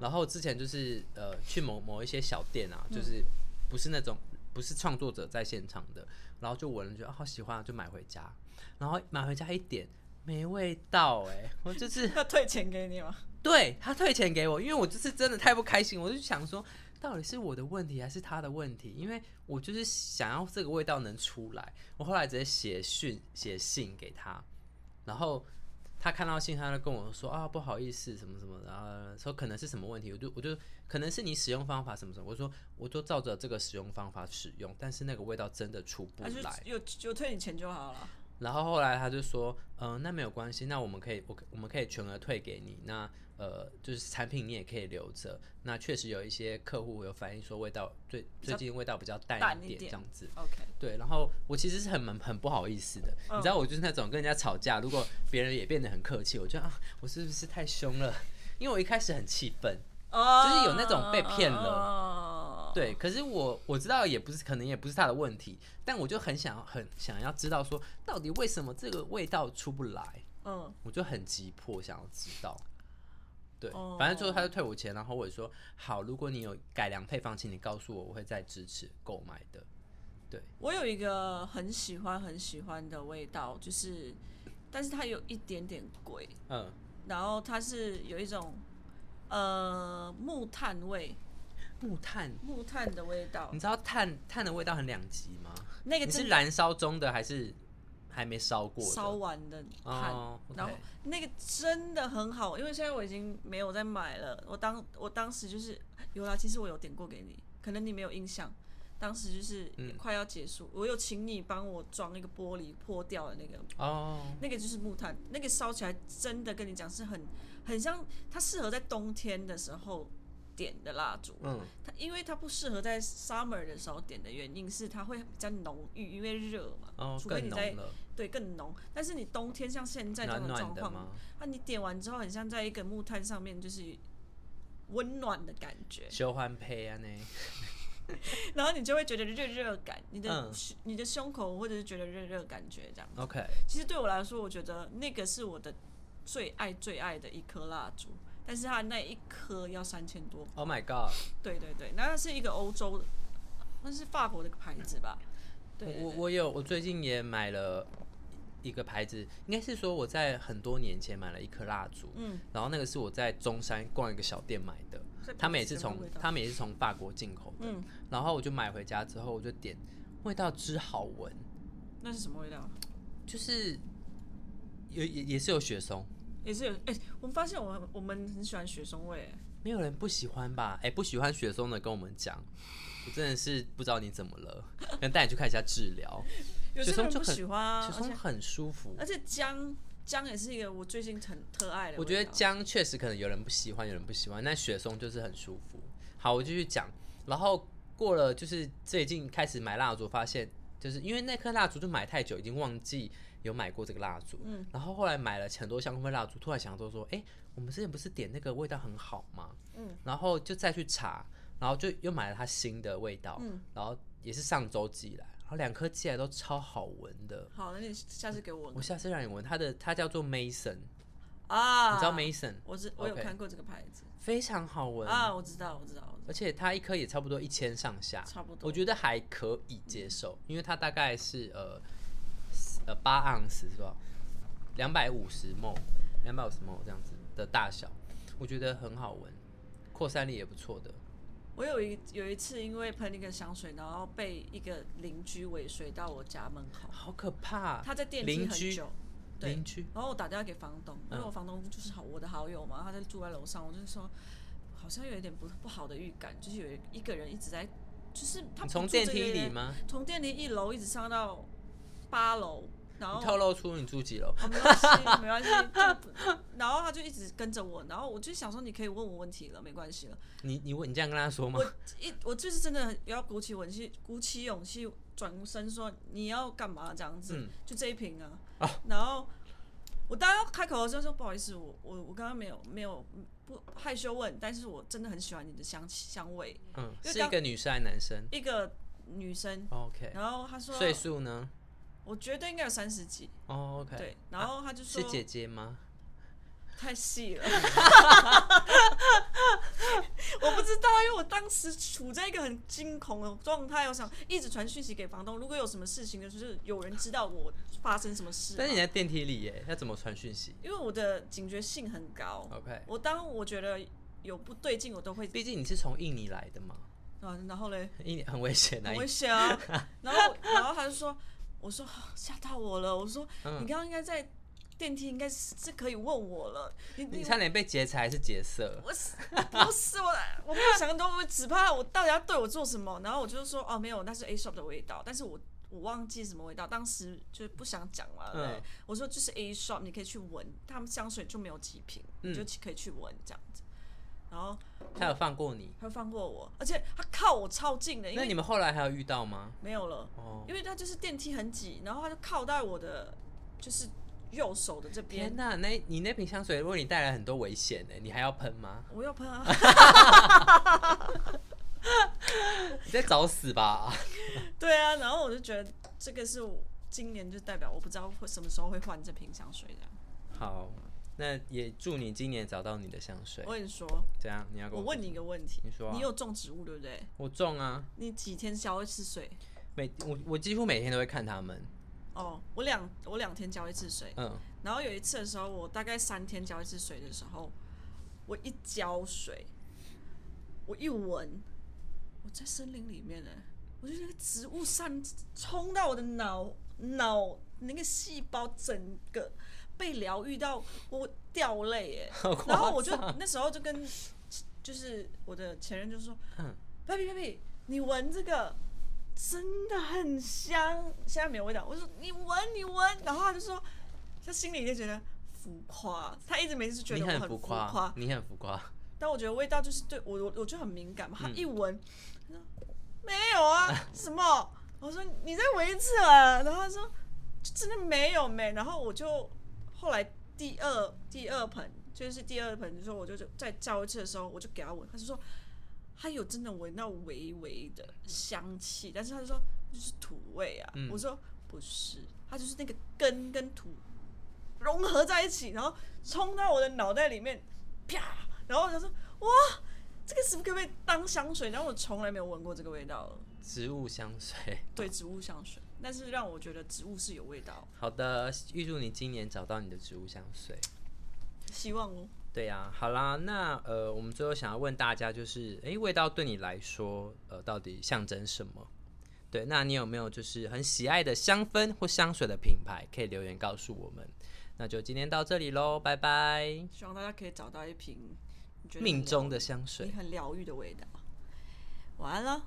Speaker 1: 然后之前就是呃去某某一些小店啊，就是不是那种不是创作者在现场的，然后就闻了觉得、啊好喜欢啊，就买回家，然后买回家一点没味道哎、我就是
Speaker 2: 要退钱给你吗？
Speaker 1: 对他退钱给我，因为我就是真的太不开心，我就想说，到底是我的问题还是他的问题？因为我就是想要这个味道能出来。我后来直接写讯写信给他，然后他看到信，他就跟我说啊，不好意思，什么什么的，然后说可能是什么问题，我就我就可能是你使用方法什么什么，我说我就照着这个使用方法使用，但是那个味道真的出不
Speaker 2: 他就
Speaker 1: 来。
Speaker 2: 有有退你钱就好了。
Speaker 1: 然后后来他就说，嗯、那没有关系，那我们可以，我可我们可以全额退给你。那呃，就是产品你也可以留着。那确实有一些客户有反映说味道最最近味道比较淡
Speaker 2: 淡
Speaker 1: 一
Speaker 2: 一
Speaker 1: 点这
Speaker 2: 点
Speaker 1: 样子。
Speaker 2: OK，
Speaker 1: 对，然后我其实是很很不好意思的，你知道，我就是那种跟人家吵架，如果别人也变得很客气，我觉得啊，我是不是太凶了？因为我一开始很气愤，
Speaker 2: 哦
Speaker 1: 就是有那种被骗了
Speaker 2: 了，
Speaker 1: 对，可是我我知道也不是，可能也不是他的问题，但我就很想很想要知道说，到底为什么这个味道出不来？
Speaker 2: 嗯，
Speaker 1: 我就很急迫想要知道。对
Speaker 2: 哦，
Speaker 1: 反正最后他就退我钱，然后我也说好，如果你有改良配方，请你告诉我，我会再支持购买的。
Speaker 2: 我有一个很喜欢很喜欢的味道，就是，但是它有一点点贵，
Speaker 1: 嗯，
Speaker 2: 然后它是有一种呃木炭味，
Speaker 1: 木炭，
Speaker 2: 木炭的味道
Speaker 1: 你，知道炭炭的味道很两极吗？
Speaker 2: 那个
Speaker 1: 你是
Speaker 2: 真
Speaker 1: 燃烧中的还是还没烧过的？
Speaker 2: 烧完的炭。
Speaker 1: 哦，OK，
Speaker 2: 然后那个真的很好，因为现在我已经没有在买了。我当我当时就是有啦，其实我有点过给你，可能你没有印象。当时就是
Speaker 1: 嗯
Speaker 2: 快要结束，我有请你帮我装那个玻璃破掉的那个，
Speaker 1: 哦，
Speaker 2: 那个就是木炭，那个烧起来真的跟你讲是很很像，它适合在冬天的时候点的蜡烛。
Speaker 1: 嗯，
Speaker 2: 它因为它不适合在 summer 的时候点的原因是它会比较浓郁，因为热嘛，
Speaker 1: 哦，
Speaker 2: 除非
Speaker 1: 更
Speaker 2: 你在
Speaker 1: 浓了，
Speaker 2: 对更浓。但是你冬天像现在这
Speaker 1: 暖
Speaker 2: 样的
Speaker 1: 暖
Speaker 2: 状
Speaker 1: 的
Speaker 2: 况，
Speaker 1: 吗？
Speaker 2: 那、啊你点完之后，很像在一个木炭上面，就是温暖的感觉，
Speaker 1: 修欢胚啊呢？
Speaker 2: 然后你就会觉得热热感，你的、
Speaker 1: 嗯
Speaker 2: 你的胸口或者是觉得热热感觉这样。
Speaker 1: OK，
Speaker 2: 其实对我来说，我觉得那个是我的最爱最爱的一颗蜡烛，但是它那一颗要三千多。
Speaker 1: Oh my god！
Speaker 2: 对对对，那是一个欧洲的，那是法国的一个牌子吧？对对
Speaker 1: 我
Speaker 2: 对
Speaker 1: 我有，我最近也买了一个牌子，应该是说我在很多年前买了一颗蜡烛，
Speaker 2: 嗯，
Speaker 1: 然后那个是我在中山逛一个小店买的，
Speaker 2: 在
Speaker 1: 他们也
Speaker 2: 什
Speaker 1: 是
Speaker 2: 么
Speaker 1: 从
Speaker 2: 味道
Speaker 1: 他们也是从法国进口的，
Speaker 2: 嗯
Speaker 1: 然后我就买回家之后我就点，味道之好闻，
Speaker 2: 那是什么味道？
Speaker 1: 就是有也也是有雪松，
Speaker 2: 也是有哎、我们发现我们我们很喜欢雪松味，哎
Speaker 1: 没有人不喜欢吧？哎、不喜欢雪松的跟我们讲，我真的是不知道你怎么了，可能带你去看一下治疗。
Speaker 2: 有
Speaker 1: 雪
Speaker 2: 些
Speaker 1: 松
Speaker 2: 人
Speaker 1: 就
Speaker 2: 不
Speaker 1: 很
Speaker 2: 喜欢啊
Speaker 1: 雪，
Speaker 2: 而
Speaker 1: 松
Speaker 2: 且
Speaker 1: 很舒服，
Speaker 2: 而且姜姜也是一个我最近很特爱的味道。
Speaker 1: 我觉得姜确实可能有人不喜欢，有人不喜欢，但雪松就是很舒服。好，我继续讲。然后过了就是最近开始买蜡烛，发现就是因为那颗蜡烛就买太久，已经忘记有买过这个蜡烛。嗯。然后后来买了很多香氛蜡烛，突然想说说，哎、我们之前不是点那个味道很好吗？嗯。然后就再去查，然后就又买了它新的味道，嗯，然后也是上周寄来，然后两颗寄来都超好闻的。
Speaker 2: 好，那你下次给我闻
Speaker 1: 我下次让你闻它的，它叫做 Mason，、
Speaker 2: 啊，
Speaker 1: 你知道 Mason
Speaker 2: 我知我有
Speaker 1: OK
Speaker 2: 看过这个牌子
Speaker 1: 非常好闻
Speaker 2: 啊，我知道我知道我知
Speaker 1: 而且它一颗也差不多一千上下，
Speaker 2: 差不多
Speaker 1: 我觉得还可以接受，因为它大概是呃四呃八盎司是吧？两百五十 ml，两百五十 ml 这样子的大小，我觉得很好闻，扩散力也不错的。
Speaker 2: 道。我有一有一次因为喷一个香水，然后被一个邻居尾随到我家门口，
Speaker 1: 好可怕！
Speaker 2: 他在电梯
Speaker 1: 啊邻
Speaker 2: 很
Speaker 1: 居嗯
Speaker 2: 久，对
Speaker 1: 邻居，
Speaker 2: 然后我打电话给房东，因为我房东就是好我的好友嘛，他在住在楼上，我就说好像有一点不不好的预感，就是有一个人一直在，就是
Speaker 1: 你
Speaker 2: 他不
Speaker 1: 从
Speaker 2: 住这
Speaker 1: 电梯
Speaker 2: 个
Speaker 1: 里
Speaker 2: 人？
Speaker 1: 吗？
Speaker 2: 从电梯一楼一直上到八楼，然后
Speaker 1: 你透露出你住几楼？
Speaker 2: 哦，没关系，没关系。就不然后他就一直跟着我，然后我就想说，你可以问我问题了，没关系了。
Speaker 1: 你你问你这样跟他说吗？
Speaker 2: 一我就是真的很要鼓起勇气，鼓起勇气转身说你要干嘛这样子，
Speaker 1: 嗯
Speaker 2: 就这一瓶啊。然后我当要开口的时候说不好意思，我我我刚刚没有没有不害羞问，但是我真的很喜欢你的香气香味。
Speaker 1: 嗯，
Speaker 2: 因为
Speaker 1: 是一个女生还是男生哦
Speaker 2: 一个女生，
Speaker 1: ？OK，
Speaker 2: 然后她说
Speaker 1: 岁数呢？
Speaker 2: 我觉得应该有三十几，
Speaker 1: 哦，OK，
Speaker 2: 对，然后她就说
Speaker 1: 是姐姐吗？
Speaker 2: 太细 了，我不知道，因为我当时处在一个很惊恐的状态，我想一直传讯息给房东，如果有什么事情的，就是有人知道我发生什么事嘛。
Speaker 1: 但是你在电梯里耶，要怎么传讯息
Speaker 2: 因为我的警觉性很高，
Speaker 1: ？OK，
Speaker 2: 我当我觉得有不对劲，我都会
Speaker 1: 毕竟你是从印尼来的嘛，
Speaker 2: 啊，然后嘞，
Speaker 1: 印尼很危险啊
Speaker 2: 很。危险啊。然后，然后他就说，我说啊吓到我了，我说、
Speaker 1: 嗯
Speaker 2: 你刚刚应该在电梯，应该是是可以问我了，你
Speaker 1: 你
Speaker 2: 你
Speaker 1: 差点被劫财还是劫色？
Speaker 2: 我是不是我，我没有想很多，我只怕我到底要对我做什么。然后我就说哦，没有，那是 A shop 的味道，但是我我忘记什么味道，当时就不想讲嘛。对不对，
Speaker 1: 嗯
Speaker 2: 我说就是 A shop，你可以去闻，他们香水就没有几瓶，
Speaker 1: 嗯
Speaker 2: 你就可以去闻这样子。然后
Speaker 1: 他有放过你？
Speaker 2: 他放过我，而且他靠我超近的，因
Speaker 1: 那
Speaker 2: 为
Speaker 1: 你们后来还有遇到吗？
Speaker 2: 没有了，
Speaker 1: 哦，
Speaker 2: 因为他就是电梯很挤，然后他就靠在我的就是右手的这边
Speaker 1: 天，哪，那你那瓶香水为你带来很多危险呢，你还要喷吗？
Speaker 2: 我又喷啊。
Speaker 1: 你在找死 吧？
Speaker 2: 对啊，然后我就觉得这个是我今年就代表我不知道会什么时候会换这瓶香水的。
Speaker 1: 好，那也祝你今年找到你的香水
Speaker 2: 我。跟你说，
Speaker 1: 怎样？你要跟
Speaker 2: 我
Speaker 1: 我？
Speaker 2: 问你一个问题，
Speaker 1: 你说啊
Speaker 2: 你有种植物对不对？
Speaker 1: 我中啊，
Speaker 2: 你几天浇一次水？
Speaker 1: 每我我几乎每天都会看他们。
Speaker 2: 哦，我两我两天浇一次水，
Speaker 1: 嗯，
Speaker 2: 然后有一次的时候，我大概三天浇一次水的时候，我一浇水，我一闻，我在森林里面呢，我就那个植物散冲到我的脑脑那个细胞，整个被疗愈到我掉泪哎，然后 我就那时候就跟就是我的前任就说，
Speaker 1: 嗯
Speaker 2: ，baby baby，你闻这个。真的很香，现在没有味道。我就说你闻，你闻，然后他就说，他心里就觉得浮夸，他一直每次觉
Speaker 1: 你
Speaker 2: 得我
Speaker 1: 浮
Speaker 2: 浮
Speaker 1: 夸，你很浮夸。
Speaker 2: 但我觉得味道就是对我我我就很敏感嘛，他一闻，他说没有啊，什么？我说你再闻一次啊，然后他说就真的没有没，然后我就后来第二第二盆就是第二盆的时候，我就就再叫一次的时候，我就给他闻，他就说他有真的闻到微微的香气，但是他就说就是土味啊，我说不是，它就是那个根跟土融合在一起，然后冲到我的脑袋里面，啪，然后我想说，哇，这个是可不可以当香水？然后我从来没有闻过这个味道，
Speaker 1: 植物香水。
Speaker 2: 对，植物香水，但是让我觉得植物是有味道，
Speaker 1: 好的，预祝你今年找到你的植物香水。
Speaker 2: 希望哦。
Speaker 1: 对呀、好啦，那呃，我们最后想要问大家，就是，诶，味道对你来说，呃，到底象征什么？对，那你有没有就是很喜爱的香氛或香水的品牌，可以留言告诉我们。那就今天到这里喽，拜拜。
Speaker 2: 希望大家可以找到一瓶你觉得很
Speaker 1: 命中
Speaker 2: 疗
Speaker 1: 的香水
Speaker 2: 你。很疗愈的味道。晚安了。